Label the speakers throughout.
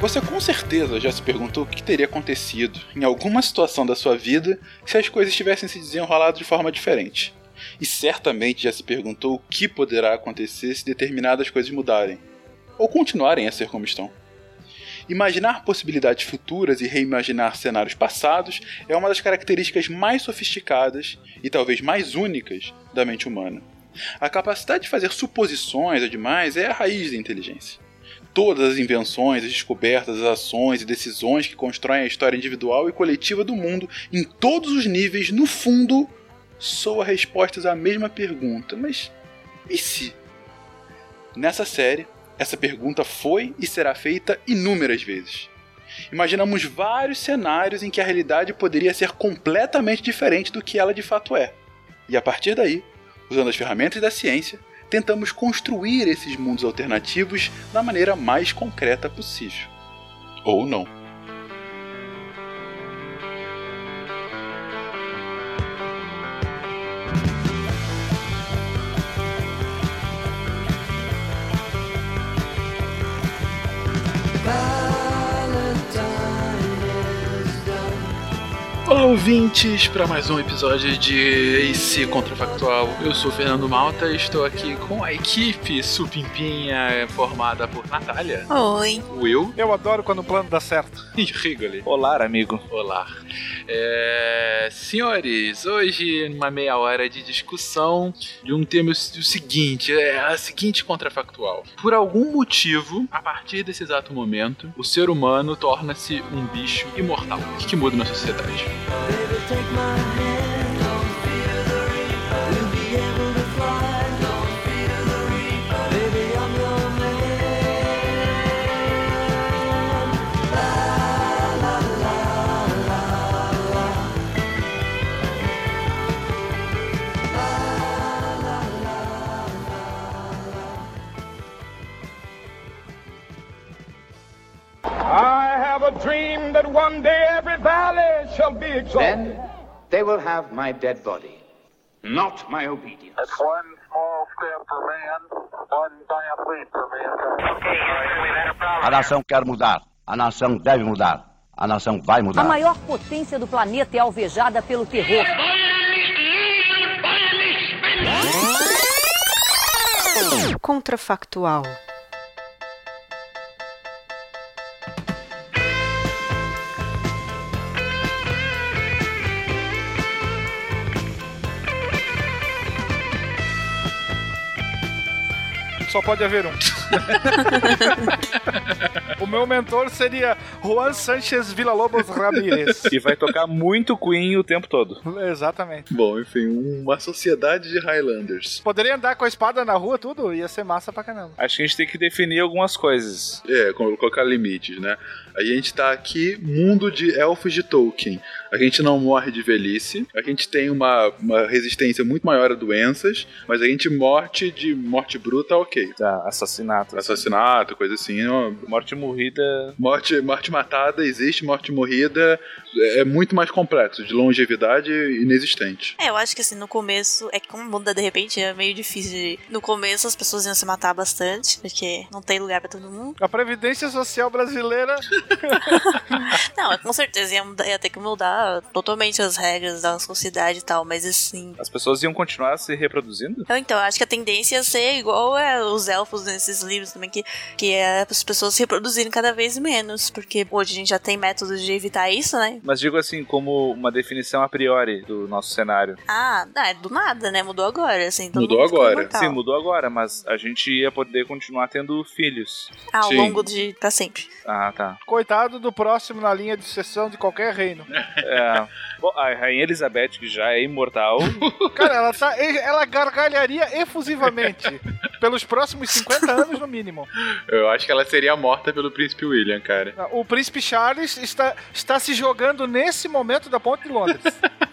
Speaker 1: Você com certeza já se perguntou o que teria acontecido em alguma situação da sua vida se as coisas tivessem se desenrolado de forma diferente. E certamente já se perguntou o que poderá acontecer se determinadas coisas mudarem ou continuarem a ser como estão. Imaginar possibilidades futuras e reimaginar cenários passados é uma das características mais sofisticadas e talvez mais únicas da mente humana. A capacidade de fazer suposições e demais é a raiz da inteligência todas as invenções, as descobertas, as ações e decisões que constroem a história individual e coletiva do mundo em todos os níveis, no fundo, soa respostas à mesma pergunta: mas e se? Nessa série, essa pergunta foi e será feita inúmeras vezes. Imaginamos vários cenários em que a realidade poderia ser completamente diferente do que ela de fato é. E a partir daí, usando as ferramentas da ciência, tentamos construir esses mundos alternativos da maneira mais concreta possível. Ou não.
Speaker 2: Olá, ouvintes, para mais um episódio de AC Contrafactual. Eu sou o Fernando Malta e estou aqui com a equipe Supimpinha, formada por Natália,
Speaker 3: Oi.
Speaker 2: Will
Speaker 4: Eu adoro quando o plano dá certo.
Speaker 2: e Rigoli.
Speaker 4: Olá, amigo.
Speaker 2: Olá. É, senhores, hoje é uma meia hora de discussão de um tema o seguinte, é a seguinte contrafactual. Por algum motivo, a partir desse exato momento, o ser humano torna-se um bicho imortal. O que, que muda na sociedade?
Speaker 5: I have a dream that one day every valley shall be exalted.
Speaker 6: Then they will have my dead body, not my obedience.
Speaker 7: That's one small step for man, one giant leap for mankind. Okay, we've had a problem.
Speaker 8: A nação quer mudar. A nação deve mudar. A nação vai mudar.
Speaker 9: A maior potência do planeta é alvejada pelo terror.
Speaker 3: Contrafactual.
Speaker 4: Só pode haver um. o meu mentor seria Juan Sanchez Villalobos Ramirez.
Speaker 10: E vai tocar muito Queen o tempo todo.
Speaker 4: Exatamente.
Speaker 2: Bom, enfim, uma sociedade de Highlanders.
Speaker 4: Poderia andar com a espada na rua, tudo? Ia ser massa pra caramba.
Speaker 10: Acho que a gente tem que definir algumas coisas.
Speaker 2: É, como colocar limites, né? A gente tá aqui, mundo de elfos de Tolkien. A gente não morre de velhice, a gente tem uma, uma resistência muito maior a doenças, mas a gente morte de morte bruta, ok.
Speaker 10: Tá, assassinato.
Speaker 2: Assassinato, coisa assim, ó.
Speaker 10: Morte morrida.
Speaker 2: Morte, morte matada existe, morte morrida é é muito mais complexo, de longevidade inexistente.
Speaker 3: É, eu acho que assim, no começo, é que como muda de repente, é meio difícil de. No começo as pessoas iam se matar bastante, porque não tem lugar pra todo mundo.
Speaker 4: A Previdência Social Brasileira
Speaker 3: Não, é com certeza ia, mudar- ia ter que mudar totalmente as regras da sociedade e tal, mas assim.
Speaker 10: As pessoas iam continuar se reproduzindo?
Speaker 3: Eu, então, eu acho que a tendência ia ser igual é, os elfos nesses livros também, que, que é as pessoas se reproduzirem cada vez menos, porque hoje a gente já tem métodos de evitar isso, né?
Speaker 10: Mas digo assim, como uma definição a priori do nosso cenário.
Speaker 3: Ah, não, é do nada, né? Mudou agora, assim. todo
Speaker 2: Mudou
Speaker 3: mundo ficou
Speaker 2: agora.
Speaker 3: imortal.
Speaker 10: Sim, mudou agora, mas a gente ia poder continuar tendo filhos.
Speaker 3: Ah, ao
Speaker 2: Sim.
Speaker 3: longo de. pra sempre.
Speaker 10: Ah, tá.
Speaker 4: Coitado do próximo na linha de sucessão de qualquer reino.
Speaker 10: É. Bom, a Rainha Elizabeth, que já é imortal,
Speaker 4: Cara, ela, tá, ela gargalharia efusivamente. Pelos próximos 50 anos, no mínimo.
Speaker 2: Eu acho que ela seria morta pelo príncipe William, cara.
Speaker 4: O príncipe Charles está, está se jogando nesse momento da ponte de Londres.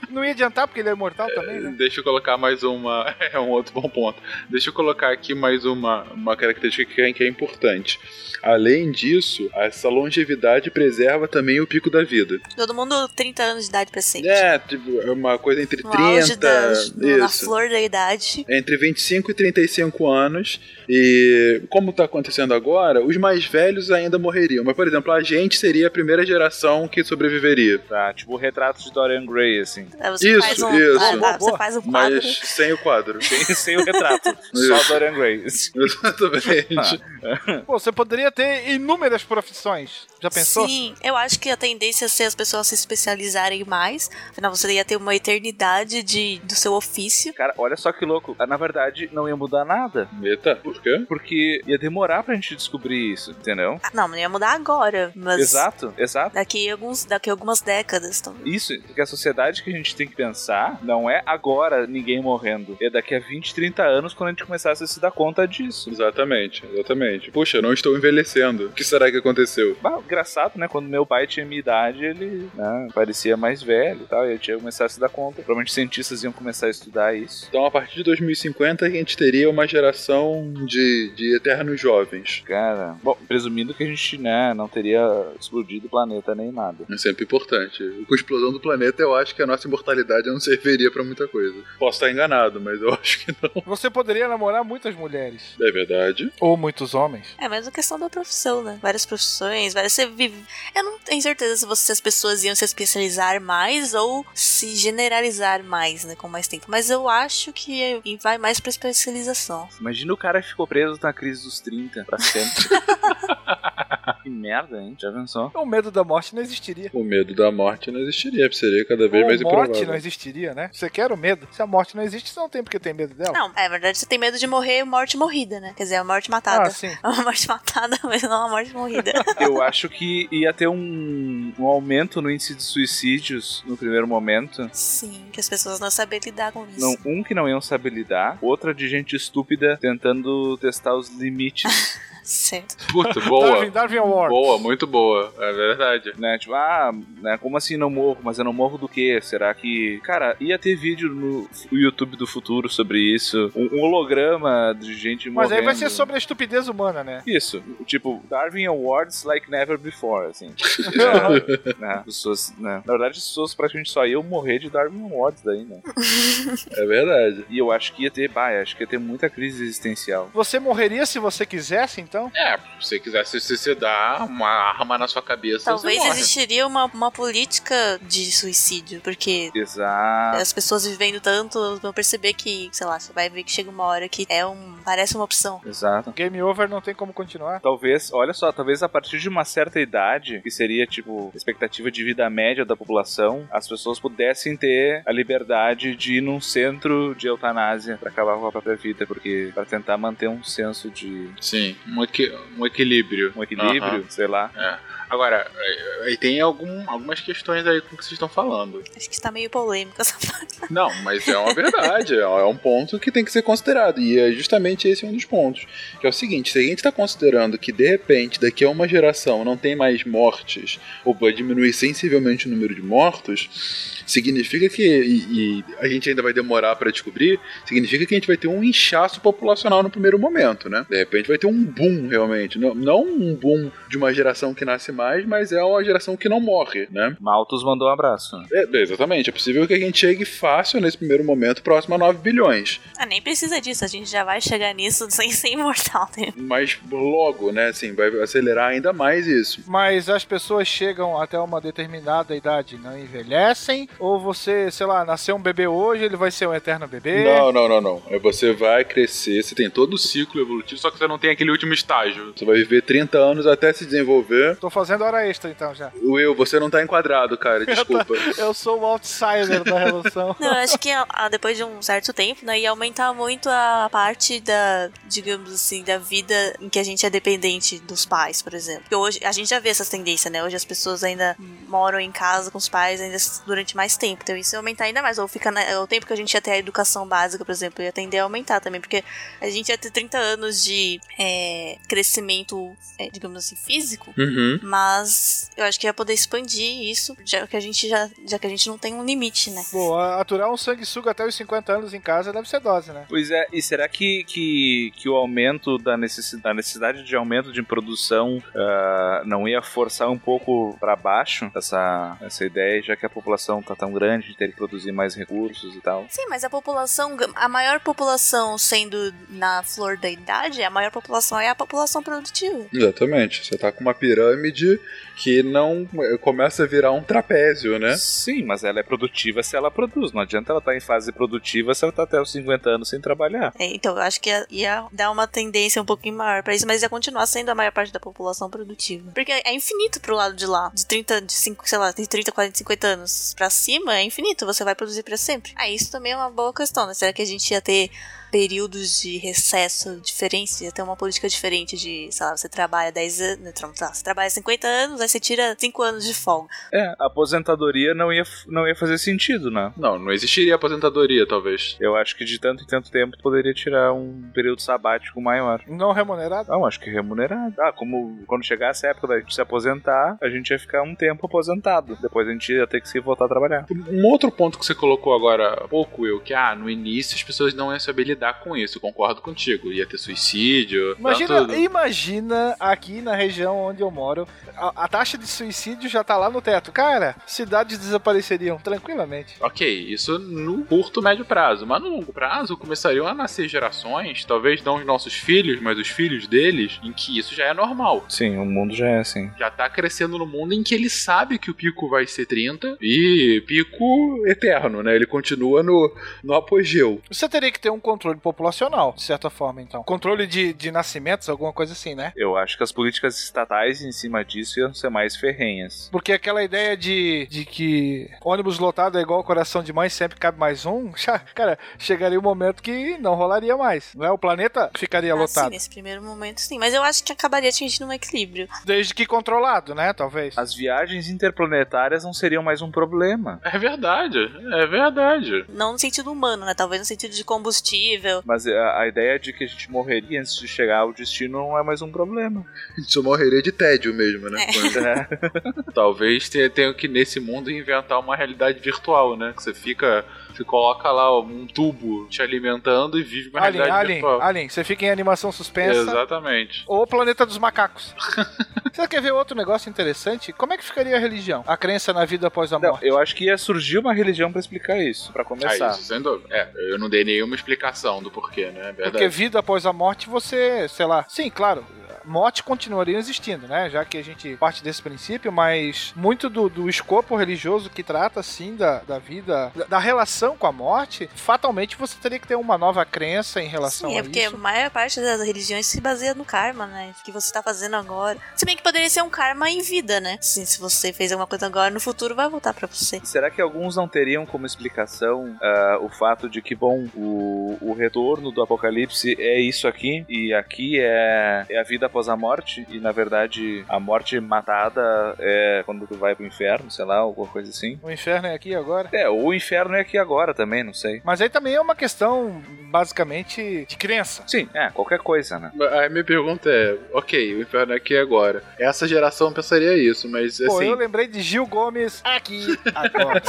Speaker 4: Não ia adiantar porque ele é imortal também, né?
Speaker 2: Deixa eu colocar mais uma. É um outro bom ponto. Deixa eu colocar aqui mais uma, uma característica que é, que é importante. Além disso, essa longevidade preserva também o pico da vida.
Speaker 3: Todo mundo 30 anos de idade pra sempre.
Speaker 2: É, tipo, é uma coisa entre
Speaker 3: no
Speaker 2: 30.
Speaker 3: auge da, na
Speaker 2: isso.
Speaker 3: flor da idade.
Speaker 2: Entre 25 e 35 anos. E como tá acontecendo agora, os mais velhos ainda morreriam. Mas, por exemplo, a gente seria a primeira geração que sobreviveria.
Speaker 10: Tá, tipo o retrato de Dorian Gray, assim.
Speaker 3: Aí você
Speaker 2: Isso,
Speaker 3: faz um,
Speaker 2: isso.
Speaker 3: ah,
Speaker 2: Boa,
Speaker 3: tá, você faz um quadro.
Speaker 2: Mas sem o quadro.
Speaker 10: Sem, sem o retrato. Só Dorian Gray.
Speaker 2: Exatamente.
Speaker 3: Ah.
Speaker 4: Pô, você poderia ter inúmeras profissões. Já pensou?
Speaker 3: Sim, eu acho que a tendência é ser as pessoas se especializarem mais. Afinal, você ia ter uma eternidade de, do seu ofício.
Speaker 10: Cara, olha só que louco. Na verdade, não ia mudar nada.
Speaker 2: Eita, por quê?
Speaker 10: Porque ia demorar pra gente descobrir isso, entendeu?
Speaker 3: Ah, Não, não ia mudar agora, mas
Speaker 10: Exato, exato.
Speaker 3: daqui a alguns, daqui a algumas décadas. Então.
Speaker 10: Isso, porque a sociedade que a gente tem que pensar não é agora ninguém morrendo. É daqui a 20, 30 anos quando a gente começar a se dar conta disso.
Speaker 2: Exatamente, exatamente. Puxa, não estou envelhecendo. O que será que aconteceu?
Speaker 10: Bah, engraçado, né? Quando meu pai tinha minha idade, ele né, parecia mais velho e tal. E a gente ia começar a se dar conta. Provavelmente cientistas iam começar a estudar isso.
Speaker 2: Então, a partir de 2050, a gente teria uma geração de, de eternos jovens.
Speaker 10: Cara, bom, presumindo que a gente, né, não teria explodido o planeta nem nada.
Speaker 2: É sempre importante. Com a explosão do planeta, eu acho que a nossa imortalidade não serviria pra muita coisa. Posso estar enganado, mas eu acho que não.
Speaker 4: Você poderia namorar muitas mulheres.
Speaker 2: É verdade.
Speaker 4: Ou muitos homens.
Speaker 3: É, mas a questão da profissão, né? Várias profissões, várias. Você vive. Eu não tenho certeza se, você- se as pessoas iam se especializar mais ou se generalizar mais, né? Com mais tempo. Mas eu acho que é, vai mais pra especialização.
Speaker 10: Imagina o cara que ficou preso na crise dos 30 pra sempre. que merda, hein? Já pensou?
Speaker 4: O medo da morte não existiria.
Speaker 2: O medo da morte não existiria, seria cada vez
Speaker 4: Ou
Speaker 2: É mais
Speaker 4: morte
Speaker 2: improvável.
Speaker 4: não existiria, né? Você quer o medo? Se a morte não existe, você não tem porque tem medo dela.
Speaker 3: Não, é na verdade, você tem medo de morrer morte morrida, né? Quer dizer, a morte
Speaker 4: ah,
Speaker 3: matada.
Speaker 4: sim.
Speaker 3: É Uma morte matada, mas não uma morte morrida.
Speaker 10: Eu acho que ia ter um, um aumento no índice de suicídios no primeiro momento.
Speaker 3: Sim, que as pessoas não sabem lidar com isso. né?
Speaker 10: Não, um que não iam saber lidar, outra de gente estúpida tentando testar os limites,
Speaker 3: Certo.
Speaker 2: Puta,
Speaker 4: Darwin,
Speaker 2: boa.
Speaker 4: Darwin Award.
Speaker 2: boa, muito boa. É verdade.
Speaker 10: né? Tipo, ah, né, como assim não morro? Mas eu não morro do quê? Será que. Cara, ia ter vídeo no YouTube do futuro sobre isso, um, um holograma de gente
Speaker 4: Mas
Speaker 10: morrendo.
Speaker 4: aí vai ser sobre a estupidez humana, né?
Speaker 10: Isso, tipo, Darwin Awards like never before, assim. né? Pessoas, né? Na verdade, as pessoas praticamente só iam morrer de Darwin Awards daí, né?
Speaker 2: É verdade.
Speaker 10: E eu acho que ia ter, bah, eu acho que ia ter muita crise existencial.
Speaker 4: Você morreria se você quisesse, então?
Speaker 2: É, se você quiser se suicidar, uma arma na sua cabeça.
Speaker 3: Talvez
Speaker 2: você morre.
Speaker 3: existiria uma, uma política de suicídio, porque
Speaker 10: Exato.
Speaker 3: as pessoas vivendo tanto vão perceber que, sei lá, você vai ver que chega uma hora que é um. parece uma opção.
Speaker 10: Exato.
Speaker 4: Game over não tem como continuar.
Speaker 10: Talvez, olha só, talvez a partir de uma certa idade, que seria tipo a expectativa de vida média da população, as pessoas pudessem ter a liberdade de ir num centro de eutanásia pra acabar com a própria vida, porque pra tentar manter um senso de
Speaker 2: Sim, um, equi- um equilíbrio.
Speaker 10: um equilíbrio,
Speaker 2: Aham.
Speaker 10: sei lá.
Speaker 2: É. Agora, é, aí tem algum- algumas questões aí com o que vocês estão falando.
Speaker 3: Acho que tá meio polêmico essa parte.
Speaker 2: Não, mas é uma verdade, é um ponto que tem que ser considerado. E é justamente esse um dos pontos. Que é o seguinte, se a gente está considerando que de repente, daqui a uma geração, não tem mais mortes, ou vai diminuir sensivelmente o número de mortos, significa que. E, e a gente ainda vai demorar para descobrir, significa que a gente vai ter um inchaço populacional no primeiro momento, né? De repente vai ter um boom realmente. Não, não um boom de uma geração que nasce mais, mas é uma geração que não morre, né?
Speaker 10: Maltos mandou um abraço.
Speaker 2: É, é, exatamente. É possível que a gente chegue fácil nesse primeiro momento, próximo a 9 bilhões.
Speaker 3: Ah, nem precisa disso, a gente já vai chegar nisso sem ser imortal, né?
Speaker 2: Mas logo, né, assim, vai acelerar ainda mais isso.
Speaker 4: Mas as pessoas chegam até uma determinada idade, não envelhecem? Ou você, sei lá, nasceu um bebê hoje, ele vai ser um eterno bebê?
Speaker 2: Não, não, não, não. É Você vai crescer, você tem todo o ciclo evolutivo, só que você não tem aquele último estágio. Você vai viver 30 anos até se desenvolver.
Speaker 4: Tô fazendo hora extra então já.
Speaker 2: Will, você não tá enquadrado, cara, desculpa.
Speaker 4: Eu sou o outsider da relação.
Speaker 3: Não, eu acho que ah, depois de um certo tempo, né, ia aumentar muito a parte da, digamos assim, da vida em que a gente é dependente dos pais, por exemplo. Porque hoje a gente já vê essas tendências, né? Hoje as pessoas ainda moram em casa com os pais ainda s- durante mais tempo. Então isso ia aumentar ainda mais. Ou fica na- o tempo que a gente ia ter a educação básica, por exemplo, ia tender a aumentar também. Porque a gente ia ter 30 anos de é, crescimento, é, digamos assim, físico.
Speaker 2: Uhum.
Speaker 3: Mas eu acho que ia poder expandir isso, já que a gente já, já que a gente não tem um limite, né?
Speaker 4: Pô, a- aturar um sanguessuga até os 50 anos em casa deve ser dose, né?
Speaker 10: Pois é, e será que, que, que o aumento da necessidade, da necessidade de aumento de produção ah, não ia forçar um pouco para baixo essa, essa ideia, já que a população tá tão grande, de ter que produzir mais recursos e tal?
Speaker 3: Sim, mas a população, a maior população sendo na flor da idade, a maior população é a população produtiva.
Speaker 1: Exatamente. Você tá com uma pirâmide que não
Speaker 2: é,
Speaker 1: começa a virar um trapézio, né?
Speaker 10: Sim, mas ela é produtiva se ela produz. Não adianta ela estar em fase produtiva se ela tá até os 50 anos sem trabalhar.
Speaker 3: É, então, eu acho que ia, ia dar uma tendência um pouquinho maior pra isso, mas ia continuar sendo a maior parte da população produtiva. Porque é infinito pro lado de lá. De 30, de 5, sei lá, de 30, 40, 50 anos pra cima, é infinito. Você vai produzir pra sempre. Ah, isso também é uma boa questão, né? Será que a gente ia ter períodos de recesso diferentes, ia ter uma política diferente de, sei lá, você trabalha 10 anos, não, sei lá, você trabalha 50 anos, aí você tira 5 anos de folga.
Speaker 10: É, a aposentadoria não ia, não ia fazer sentido, né?
Speaker 2: Não, não existiria aposentadoria, talvez.
Speaker 10: Eu acho que de tanto em tanto tempo poderia tirar um período sabático maior.
Speaker 4: Não remunerado.
Speaker 10: Não, acho que remunerado. Ah, como quando chegasse a época da gente se aposentar, a gente ia ficar um tempo aposentado. Depois a gente ia ter que se voltar a trabalhar.
Speaker 2: Um outro ponto que você colocou agora há pouco, eu, que ah, no início as pessoas não iam saber lidar com isso, eu concordo contigo. Ia ter suicídio, tá tudo.
Speaker 4: Imagina, imagina aqui na região onde eu moro, a, a taxa de suicídio já tá lá no teto. Cara, cidades desapareceriam tranquilamente.
Speaker 2: Ok, isso no curto, médio prazo. Mas no longo prazo, começariam a nascer gerações, talvez não os nossos filhos, mas os filhos deles, em que isso já é normal.
Speaker 10: Sim, o mundo já é assim.
Speaker 2: Já tá crescendo no mundo em que ele sabe que o pico vai ser 30 e pico eterno, né? Ele continua no, no apogeu.
Speaker 4: Você teria que ter um controle populacional, de certa forma, então. Controle de, de nascimentos, alguma coisa assim, né?
Speaker 10: Eu acho que as políticas estatais em cima disso iam ser mais ferrenhas.
Speaker 4: Porque aquela ideia de, de que ônibus lotado é igual coração de mãe, sempre cabe mais um, já- cara, chegaria um momento que não rolaria mais. Não é? O planeta ficaria
Speaker 3: Ah, sim,
Speaker 4: lotado.
Speaker 3: nesse primeiro momento, sim. Mas eu acho que acabaria atingindo um equilíbrio.
Speaker 4: Desde que controlado, né? Talvez.
Speaker 10: As viagens interplanetárias não seriam mais um problema.
Speaker 2: É verdade, é verdade.
Speaker 3: Não no sentido humano, né? Talvez no sentido de combustível.
Speaker 10: Mas a, a ideia de que a gente morreria antes de chegar ao destino não é mais um problema.
Speaker 2: é
Speaker 1: Isso morreria de tédio mesmo, né?
Speaker 10: É.
Speaker 2: Talvez te- tenha que, nesse mundo, inventar uma realidade virtual, né? Que você fica. Você coloca lá ó, um tubo te alimentando e vive uma
Speaker 4: Alien,
Speaker 2: realidade
Speaker 4: Alien,
Speaker 2: virtual.
Speaker 4: Alien, você fica em animação suspensa.
Speaker 2: Exatamente.
Speaker 4: Ou o planeta dos macacos. Você quer ver outro negócio interessante? Como é que ficaria a religião? A crença na vida após a
Speaker 10: Não,
Speaker 4: morte.
Speaker 10: eu acho que ia surgir uma religião pra explicar isso, pra
Speaker 2: Ah,
Speaker 10: começar.
Speaker 2: isso, sem dúvida. É, eu não dei nenhuma explicação do porquê, né? É verdade.
Speaker 4: Porque vida após a morte, você, sei lá. Sim, claro. Morte continuaria existindo, né? Já que a gente parte desse princípio, mas muito do, do escopo religioso que trata, assim, da, da vida, da, da relação com a morte, fatalmente você teria que ter uma nova crença em relação
Speaker 3: Sim, é
Speaker 4: a
Speaker 3: porque a
Speaker 4: isso.
Speaker 3: maior parte das religiões se baseia no karma, né? O que você tá fazendo agora. Se bem que poderia ser um karma em vida, né? Assim, se você fez alguma coisa agora, no futuro vai voltar pra você.
Speaker 10: Será que alguns não teriam como explicação ah, o fato de que, bom, o, o retorno do apocalipse é isso aqui, e aqui é, é a vida após a morte, e na verdade a morte matada é quando tu vai pro inferno, sei lá, alguma coisa assim?
Speaker 4: O inferno é aqui agora.
Speaker 10: É, ou o inferno é aqui agora também, não sei.
Speaker 4: Mas aí também é uma questão, basicamente, de crença.
Speaker 10: Sim, é, qualquer coisa, né?
Speaker 2: Aí minha pergunta é, ok, o inferno é aqui agora. Essa geração pensaria isso, mas
Speaker 4: Pô,
Speaker 2: assim,
Speaker 4: eu lembrei de Gil Gomes aqui agora.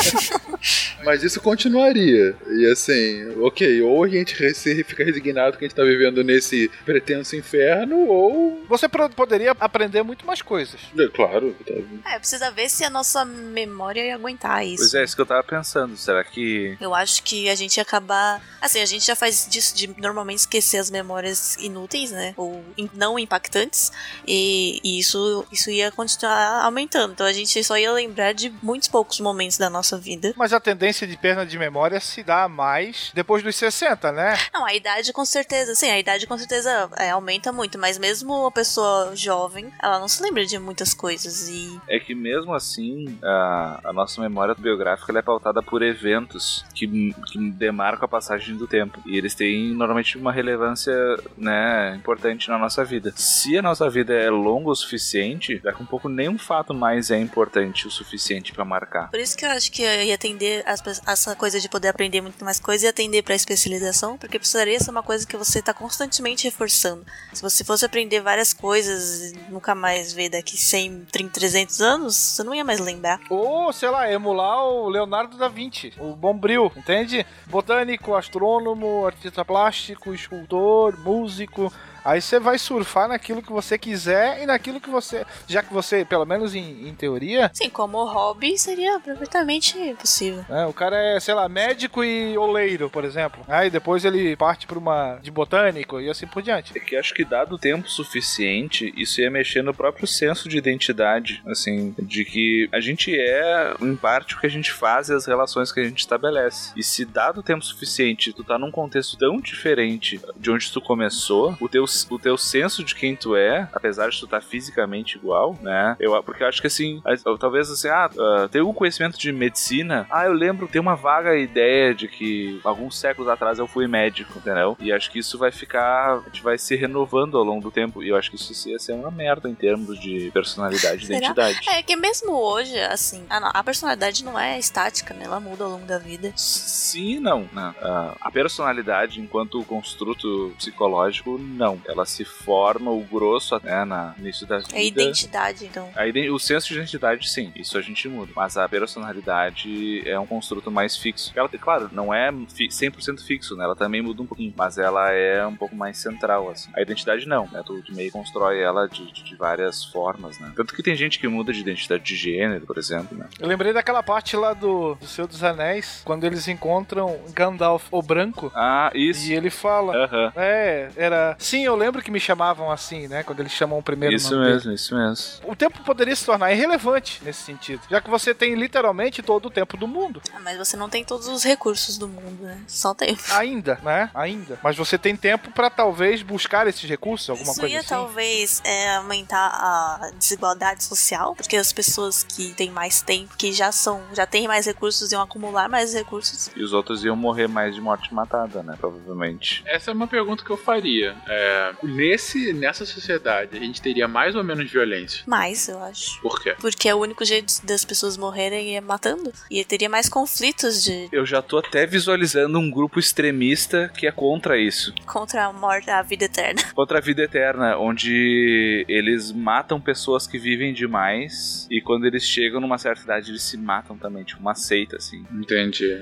Speaker 1: Mas isso continuaria. E assim, ok, ou a gente rece- fica resignado que a gente tá vivendo nesse pretenso inferno, ou.
Speaker 4: Você pro- poderia aprender muito mais coisas.
Speaker 1: É, Claro, tá-
Speaker 3: É, precisa ver se a nossa memória ia aguentar isso.
Speaker 10: Pois é, isso que eu tava pensando. Será que.
Speaker 3: Eu acho que a gente ia acabar. Assim, a gente já faz disso de normalmente esquecer as memórias inúteis, né? Ou in- não impactantes. E, e isso, isso ia continuar aumentando. Então a gente só ia lembrar de muitos poucos momentos da nossa vida.
Speaker 4: Mas a tendência de perda de memória se dá mais depois dos 60, né?
Speaker 3: Não, a idade com certeza, sim, a idade com certeza é, aumenta muito, mas mesmo a pessoa jovem, ela não se lembra de muitas coisas e
Speaker 10: É que mesmo assim, a, a nossa memória biográfica ela é pautada por eventos que, que demarcam a passagem do tempo. E eles têm normalmente uma relevância né, importante na nossa vida. Se a nossa vida é longa o suficiente, daqui a um pouco nenhum fato mais é importante o suficiente pra marcar.
Speaker 3: por isso que eu acho que eu ia atender as pe- essa coisa de poder aprender muito mais coisas e atender pra especialização, porque precisaria ser uma coisa que você tá constantemente reforçando. Se você fosse aprender várias coisas e nunca mais ver daqui 100, 30, 300 anos, você não ia mais lembrar.
Speaker 4: Ou, sei lá, emular o Leonardo da Vinci, o Bombril, entende? Botânico, astrônomo, artista plástico, escultor, músico. Aí você vai surfar naquilo que você quiser e naquilo que você. Já que você, pelo menos em, em teoria,
Speaker 3: Sim, Assim, como hobby seria perfeitamente possível.
Speaker 4: né, o cara é, sei lá, médico e oleiro, por exemplo. Aí depois ele parte pra uma de botânico e assim por diante.
Speaker 10: É que acho que dado tempo suficiente, isso ia mexer no próprio senso de identidade, assim, de que a gente é, em parte, o que a gente faz e as relações que a gente estabelece. E se dado tempo suficiente, tu tá num contexto tão diferente de onde tu começou, o teu, o teu senso de quem tu é, apesar de tu tá fisicamente igual, né? Eu, porque eu acho que assim, as- talvez assim, ah, ah, tem um conhecimento de medicina, ah, eu lembro, tem uma vaga ideia de que alguns séculos atrás eu fui médico, entendeu? E acho que isso vai ficar, a gente vai se renovando ao longo do tempo, e eu acho que isso ia ser uma merda em termos de personalidade e
Speaker 3: Será?
Speaker 10: identidade.
Speaker 3: É que mesmo hoje, assim, a, no- a personalidade não é estática, né? Ela muda ao longo da vida.
Speaker 10: Sim e não. né? Ah, a personalidade, enquanto construto psicológico, não. Ela se forma, o grosso, até na, no início da vida.
Speaker 3: É identidade, então.
Speaker 10: A iden- o senso de identidade, sim, isso a gente muda. Mas a personalidade é um construto mais fixo. Ela, claro, não é fi- 100% fixo, né? Ela também muda um pouquinho, mas ela é um pouco mais central, assim. A identidade, não, né? Tu, tu meio constrói ela de, de- de várias formas, né? Tanto que tem gente que muda de identidade de gênero, por exemplo, né?
Speaker 4: Eu lembrei daquela parte lá do, do Senhor dos Anéis, quando eles encontram Gandalf o Branco,
Speaker 10: Ah, isso.
Speaker 4: e ele fala.
Speaker 10: Aham.
Speaker 4: É, era. Sim, eu lembro que me chamavam assim, né? Quando eles chamam o primeiro
Speaker 10: Isso
Speaker 4: nome dele.
Speaker 10: mesmo, isso mesmo.
Speaker 4: O tempo poderia se tornar irrelevante nesse sentido, já que você tem literalmente todo o tempo do mundo,
Speaker 3: Ah, Mas você não tem todos os recursos do mundo, né? Só tempo.
Speaker 4: ainda, né? Ainda. Mas você tem tempo pra talvez buscar esses recursos, alguma
Speaker 3: Isso
Speaker 4: coisa
Speaker 3: ia
Speaker 4: assim.
Speaker 3: talvez é, aumentar a desigualdade social, porque as pessoas que têm mais tempo, que já são, já têm mais recursos, iam acumular mais recursos.
Speaker 10: E os outros iam morrer mais de morte matada, né? Provavelmente.
Speaker 2: Essa é uma pergunta que eu faria. É, nesse, nessa sociedade, a gente teria mais ou menos violência?
Speaker 3: Mais, eu acho.
Speaker 2: Por quê?
Speaker 3: Porque é o único jeito das pessoas morrerem é matando. E teria mais conflitos de
Speaker 10: Eu já tô até visualizando um grupo extremista que é contra isso.
Speaker 3: contra a morte, a vida eterna.
Speaker 10: Contra a vida eterna, onde eles matam pessoas que vivem demais e quando eles chegam numa certa idade eles se matam também, tipo uma seita, assim.
Speaker 2: Entendi.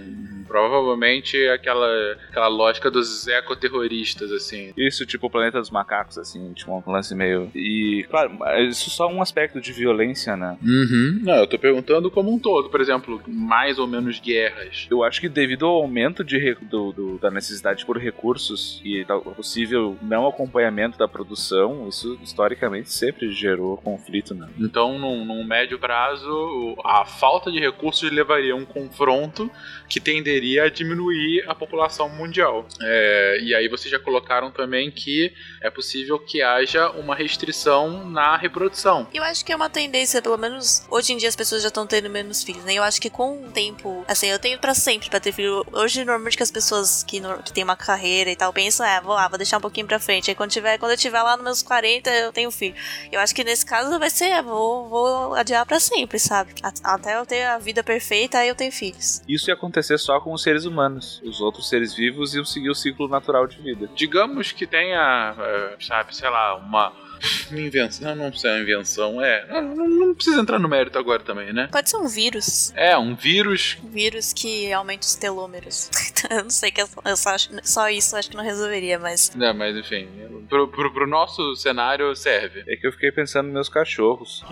Speaker 2: Provavelmente aquela, aquela lógica dos ecoterroristas, assim.
Speaker 10: Isso, tipo o planeta dos macacos, assim, tipo um lance meio. E, claro, mas isso é só um aspecto de violência, né?
Speaker 2: Uhum. Não, eu tô perguntando como um todo, por exemplo, mais ou menos guerras.
Speaker 10: Eu acho que devido ao aumento de re- do- do- da necessidade por recursos e tal possível não acompanhamento da produção, isso historicamente sempre gerou conflito, né?
Speaker 2: Então, num, num médio prazo, o- a falta de recursos levaria a um confronto que tenderia a diminuir a população mundial. É, e aí vocês já colocaram também que é possível que haja uma restrição na reprodução.
Speaker 3: Eu acho que é uma tendência, pelo menos hoje em dia as pessoas já estão tendo menos filhos, né? Eu acho que com o tempo, assim, eu tenho pra sempre pra ter filho. Hoje, normalmente, que as pessoas que, no- que têm uma carreira e tal pensam, é, vou lá, vou deixar um pouquinho pra frente. Aí quando, tiver, quando eu tiver lá nos meus 40, eu tenho filho. Eu acho que nesse caso vai ser, é, vou, vou adiar pra sempre, sabe? A- Até eu ter a vida perfeita, aí eu tenho filhos.
Speaker 10: Isso ia acontecer só com os seres humanos. Os outros seres vivos iam seguir o ciclo natural de vida.
Speaker 2: Digamos que tenha, é, sabe, sei lá, uma. uma invenção. Não, não precisa uma invenção, é. Não, não- não precisa entrar no mérito agora também, né?
Speaker 3: Pode ser um vírus.
Speaker 2: É, um vírus.
Speaker 3: Um vírus que aumenta os telômeros. eu não sei que eu, eu só, acho- só isso eu acho que não resolveria, mas.
Speaker 2: Né, mas enfim, pro, pro, pro nosso cenário serve.
Speaker 10: É que eu fiquei pensando nos meus cachorros.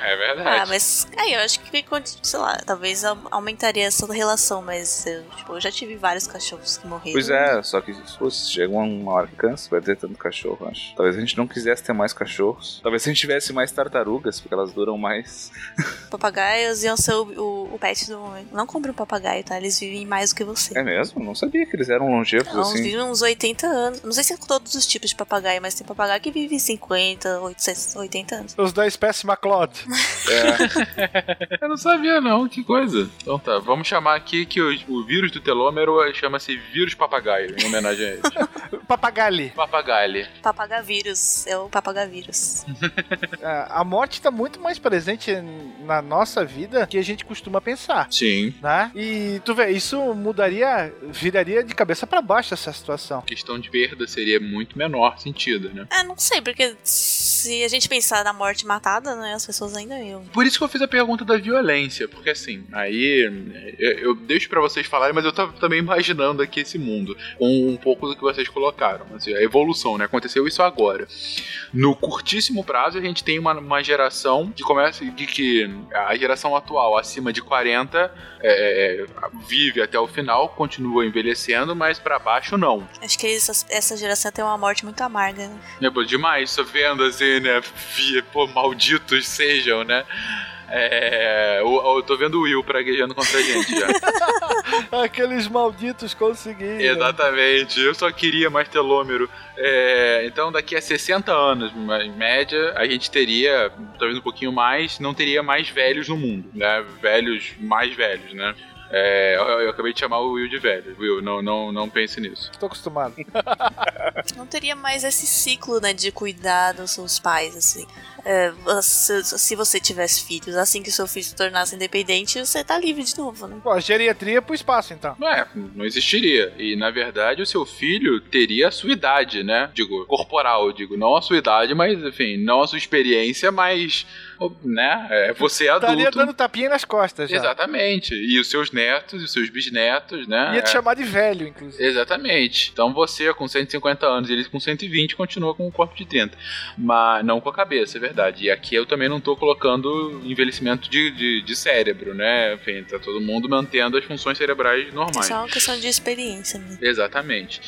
Speaker 2: É verdade.
Speaker 3: Ah, mas aí eu acho que, sei lá, talvez au- aumentaria essa relação, mas eu, tipo, eu já tive vários cachorros que morreram.
Speaker 10: Pois é, só que pô, se chega uma- uma hora que cansa, vai ter tanto cachorro, eu acho. Talvez a gente não quisesse ter mais cachorros. Talvez a gente tivesse mais tartarugas, porque elas duram mais.
Speaker 3: Papagaios iam ser o, o, o pet do momento. Não compre um papagaio, tá? Eles vivem mais do que você.
Speaker 10: É mesmo? Não sabia que eles eram longevos
Speaker 3: Não,
Speaker 10: assim.
Speaker 3: vivem uns 80 anos. Não sei se é com todos os tipos de papagaio, mas tem papagaio que vive 50, 800, 80 anos.
Speaker 4: Os da espécie MacLeod.
Speaker 2: Eu não sabia, não, que coisa. Então tá, vamos chamar aqui que o, o vírus do telômero chama-se vírus papagaio, em homenagem a ele.
Speaker 4: Papagali.
Speaker 2: Papagalho.
Speaker 3: Papagavírus. É o coronavírus.
Speaker 10: Hum.
Speaker 4: A a morte tá muito mais presente na nossa vida que a gente costuma pensar.
Speaker 2: Sim.
Speaker 4: Né? E tu vê, isso mudaria, viraria de cabeça pra baixo essa situação.
Speaker 2: Questão de perda seria muito menor sentido, né?
Speaker 3: É, não sei, porque se a gente pensar na morte matada, né, as pessoas ainda iam.
Speaker 2: Por isso que eu fiz a pergunta da violência, porque assim, aí eu, eu deixo pra vocês falarem, mas eu tava também imaginando aqui esse mundo, com um pouco do que vocês colocaram, assim, a evolução, né? Aconteceu isso agora. No curtíssimo prazo, a gente tem uma, uma geração que começa de que a geração atual, acima de 40, é, é, vive até o final, continua envelhecendo, mas pra baixo não.
Speaker 3: Acho que essa, essa geração tem uma morte muito amarga, né?
Speaker 2: É pô, demais, só vendo assim, né? vi- Pô, malditos sejam, né? É, eu, eu tô vendo o Will praguejando contra a gente já.
Speaker 4: Aqueles malditos conseguiram.
Speaker 2: Exatamente, eu só queria mais telômero. É, então, daqui a 60 anos, ma- em média, a gente teria, talvez um pouquinho mais, não teria mais velhos no mundo, né? Velhos, mais velhos, né? É, eu, eu acabei de chamar o Will de velho. Will, não, não, não pense nisso.
Speaker 4: Tô acostumado.
Speaker 3: Não teria mais esse ciclo, né, de cuidar dos seus pais, assim. É, você- se você tivesse filhos, assim que seu filho se tornasse independente, você tá livre de novo, né?
Speaker 4: Pô, geriatria pro espaço, então.
Speaker 2: Não é, não existiria. E na verdade o seu filho teria a sua idade, né? Digo, corporal, digo, não a sua idade, mas enfim, não a sua experiência, mas, né? É, você é adulto.
Speaker 4: Estaria dando tapinha nas costas já.
Speaker 2: Exatamente. E os seus netos, os seus bisnetos, né?
Speaker 4: Ia te
Speaker 2: É.
Speaker 4: chamar de velho, inclusive.
Speaker 2: Exatamente. Então você com 150 anos, ele com 120 continua com o corpo de 30. Mas não com a cabeça, é verdade. E aqui eu também não tô colocando envelhecimento de, de, de cérebro, né? Enfim, tá todo mundo mantendo as funções cerebrais
Speaker 3: É
Speaker 2: normais.
Speaker 3: só uma questão de experiência, né?
Speaker 2: Exatamente.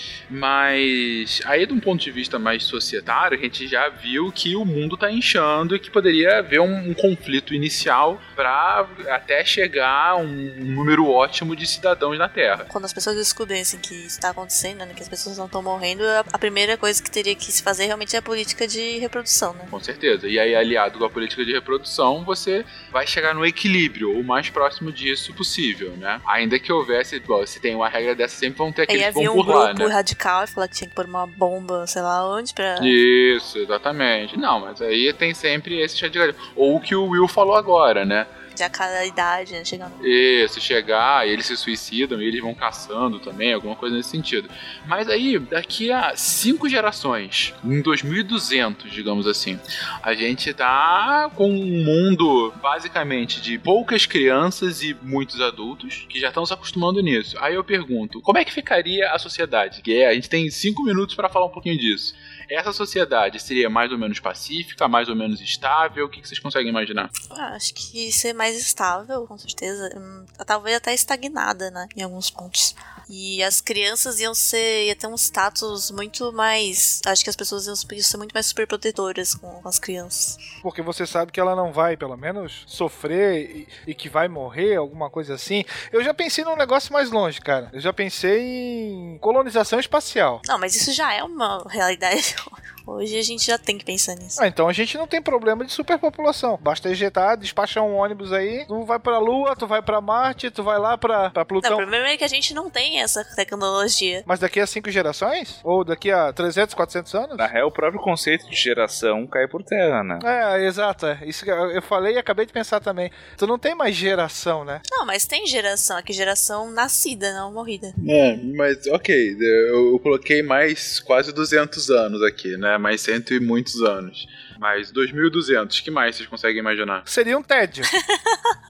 Speaker 2: Mas aí, de um ponto de vista mais societário, a gente já viu que o mundo tá inchando e que poderia haver um, um conflito inicial para até chegar a um número ótimo de cidadãos na Terra.
Speaker 3: Quando as pessoas descobrem assim, que isso tá acontecendo, né, que as pessoas não estão morrendo, a- a primeira coisa que teria que se fazer realmente é a política de reprodução, né?
Speaker 2: Com certeza. E aí, aliado com a política de reprodução, você vai chegar no equilíbrio, o mais próximo disso possível, né? Ainda que houvesse, bom, se tem uma regra dessa, sempre vão ter
Speaker 3: Aí
Speaker 2: aqueles É que
Speaker 3: havia
Speaker 2: vão
Speaker 3: um
Speaker 2: por lá, né?
Speaker 3: grupo radical e falar que tinha que pôr uma bomba, sei lá onde, pra.
Speaker 2: Isso, exatamente. Não, mas aí tem sempre esse chateado. Ou o que o Will falou agora, né?
Speaker 3: de a cada idade, né? Chegar no...
Speaker 2: Isso, chegar, eles se suicidam e eles vão caçando também, alguma coisa nesse sentido. Mas aí, daqui a cinco gerações, em 2200, digamos assim, a gente tá com um mundo basicamente de poucas crianças e muitos adultos que já estão se acostumando nisso. Aí eu pergunto, como é que ficaria a sociedade? Que é, a gente tem cinco minutos para falar um pouquinho disso. Essa sociedade seria mais ou menos pacífica, mais ou menos estável? O que que vocês conseguem imaginar?
Speaker 3: Ah, acho que ser mais estável, com certeza. Hum, talvez até estagnada, né? Em alguns pontos. E as crianças iam ser. ia ter um status muito mais. Acho que as pessoas iam ser muito mais super protetoras com, com as crianças.
Speaker 4: Porque você sabe que ela não vai, pelo menos, sofrer e, e que vai morrer, alguma coisa assim. Eu já pensei num negócio mais longe, cara. Eu já pensei em colonização espacial.
Speaker 3: Não, mas isso já é uma realidade. Hoje a gente já tem que pensar nisso.
Speaker 4: Ah, então a gente não tem problema de superpopulação. Basta injetar, despachar um ônibus aí. Tu vai pra Lua, tu vai pra Marte, tu vai lá pra, pra
Speaker 3: Não, o
Speaker 4: Plutão.
Speaker 3: problema é que a gente não tem essa tecnologia.
Speaker 4: Mas daqui a cinco gerações? Ou daqui a 300, 400 anos?
Speaker 10: Na real, o próprio conceito de geração cai por terra, né?
Speaker 4: É, exato. é. Isso que eu eu falei e acabei de pensar também. Tu não tem mais geração, né?
Speaker 3: Não, mas tem geração. Aqui geração nascida, não morrida.
Speaker 2: É, mas ok, eu, eu coloquei mais quase 200 anos aqui, né? Mais cento e muitos anos. Mais 2.200, que mais vocês conseguem imaginar?
Speaker 4: Seria um tédio.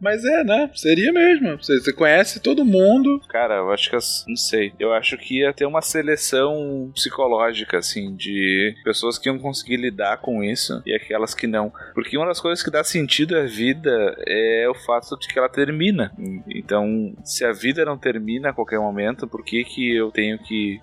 Speaker 2: Mas é, né? Seria mesmo. Você, você conhece todo mundo.
Speaker 10: Cara, eu acho que. as- Não sei. Eu acho que ia ter uma seleção psicológica, assim, de pessoas que iam conseguir lidar com isso e aquelas que não. Porque uma das coisas que dá sentido à vida é o fato de que ela termina. Então, se a vida não termina a qualquer momento, por que, que eu tenho que.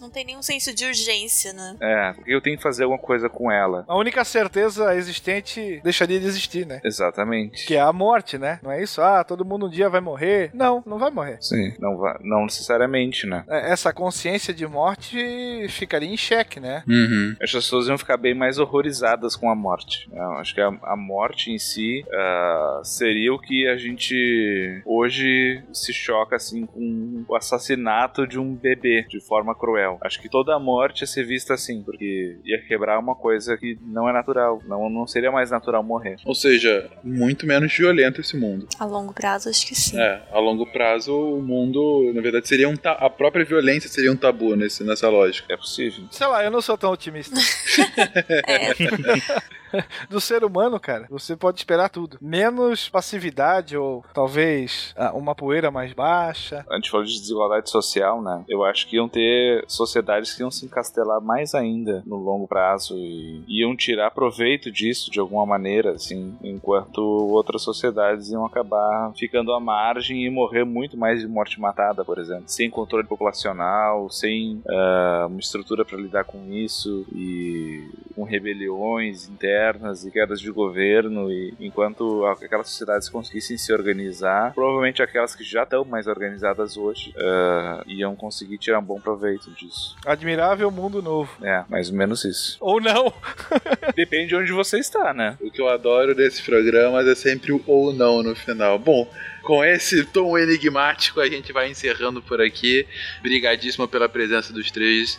Speaker 3: Não tem nenhum senso de urgência, né?
Speaker 10: É, por que eu tenho que fazer alguma coisa com ela?
Speaker 4: A única certeza existente deixaria de existir, né?
Speaker 10: Exatamente.
Speaker 4: Que é a morte, né? Não é isso? Ah, todo mundo um dia vai morrer. Não, não vai morrer.
Speaker 10: Sim. Não, va- não necessariamente, né?
Speaker 4: É, Essa consciência de morte ficaria em xeque, né?
Speaker 2: Uhum.
Speaker 10: As pessoas iam ficar bem mais horrorizadas com a morte. Eu acho que a, a morte em si ah, seria o que a gente hoje se choca assim com o assassinato de um bebê de forma cruel. Acho que toda a morte ia ser vista assim, porque ia quebrar uma coisa que não é natural. Não, não seria mais natural morrer.
Speaker 2: Ou seja, muito menos violento esse mundo.
Speaker 3: A longo prazo, acho que sim.
Speaker 2: É, a longo prazo o mundo, na verdade, seria um ta- a própria violência seria um tabu nesse, nessa lógica.
Speaker 10: É possível.
Speaker 4: Sei lá, eu não sou tão otimista.
Speaker 3: É,
Speaker 4: Do ser humano, cara, você pode esperar tudo. Menos passividade ou talvez ah, uma poeira mais baixa.
Speaker 10: A gente falou de desigualdade social, né? Eu acho que iam ter sociedades que iam se encastelar mais ainda no longo prazo e iam tirar proveito disso de alguma maneira, assim, enquanto outras sociedades iam acabar ficando à margem e morrer muito mais de morte matada, por exemplo, sem controle populacional, sem ah, uma estrutura para lidar com isso e com rebeliões internas e quedas de governo e enquanto aquelas sociedades conseguissem se organizar, provavelmente aquelas que já estão mais organizadas hoje ah, iam conseguir tirar um bom proveito disso.
Speaker 4: Admirável mundo novo.
Speaker 10: É, mais ou menos isso.
Speaker 4: Ou não.
Speaker 10: Depende de onde você está, né?
Speaker 2: O que eu adoro desses programas é sempre o ou não no final. Bom, com esse tom enigmático a gente vai encerrando por aqui. Obrigadíssimo pela presença dos três.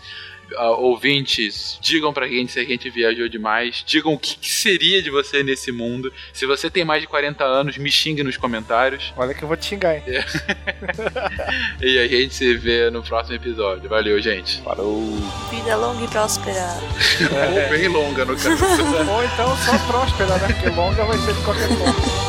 Speaker 2: Ah, ouvintes, digam pra gente se a gente viajou demais. Digam o que, que seria de você nesse mundo. Se você tem mais de 40 anos, me xingue nos comentários.
Speaker 4: Olha que eu vou te xingar, hein?
Speaker 2: E a gente se vê no próximo episódio. Valeu, gente.
Speaker 10: Parou.
Speaker 3: vida longa e próspera.
Speaker 2: Ou bem longa no caso.
Speaker 4: Ou então só próspera, né? Porque longa vai ser de qualquer forma.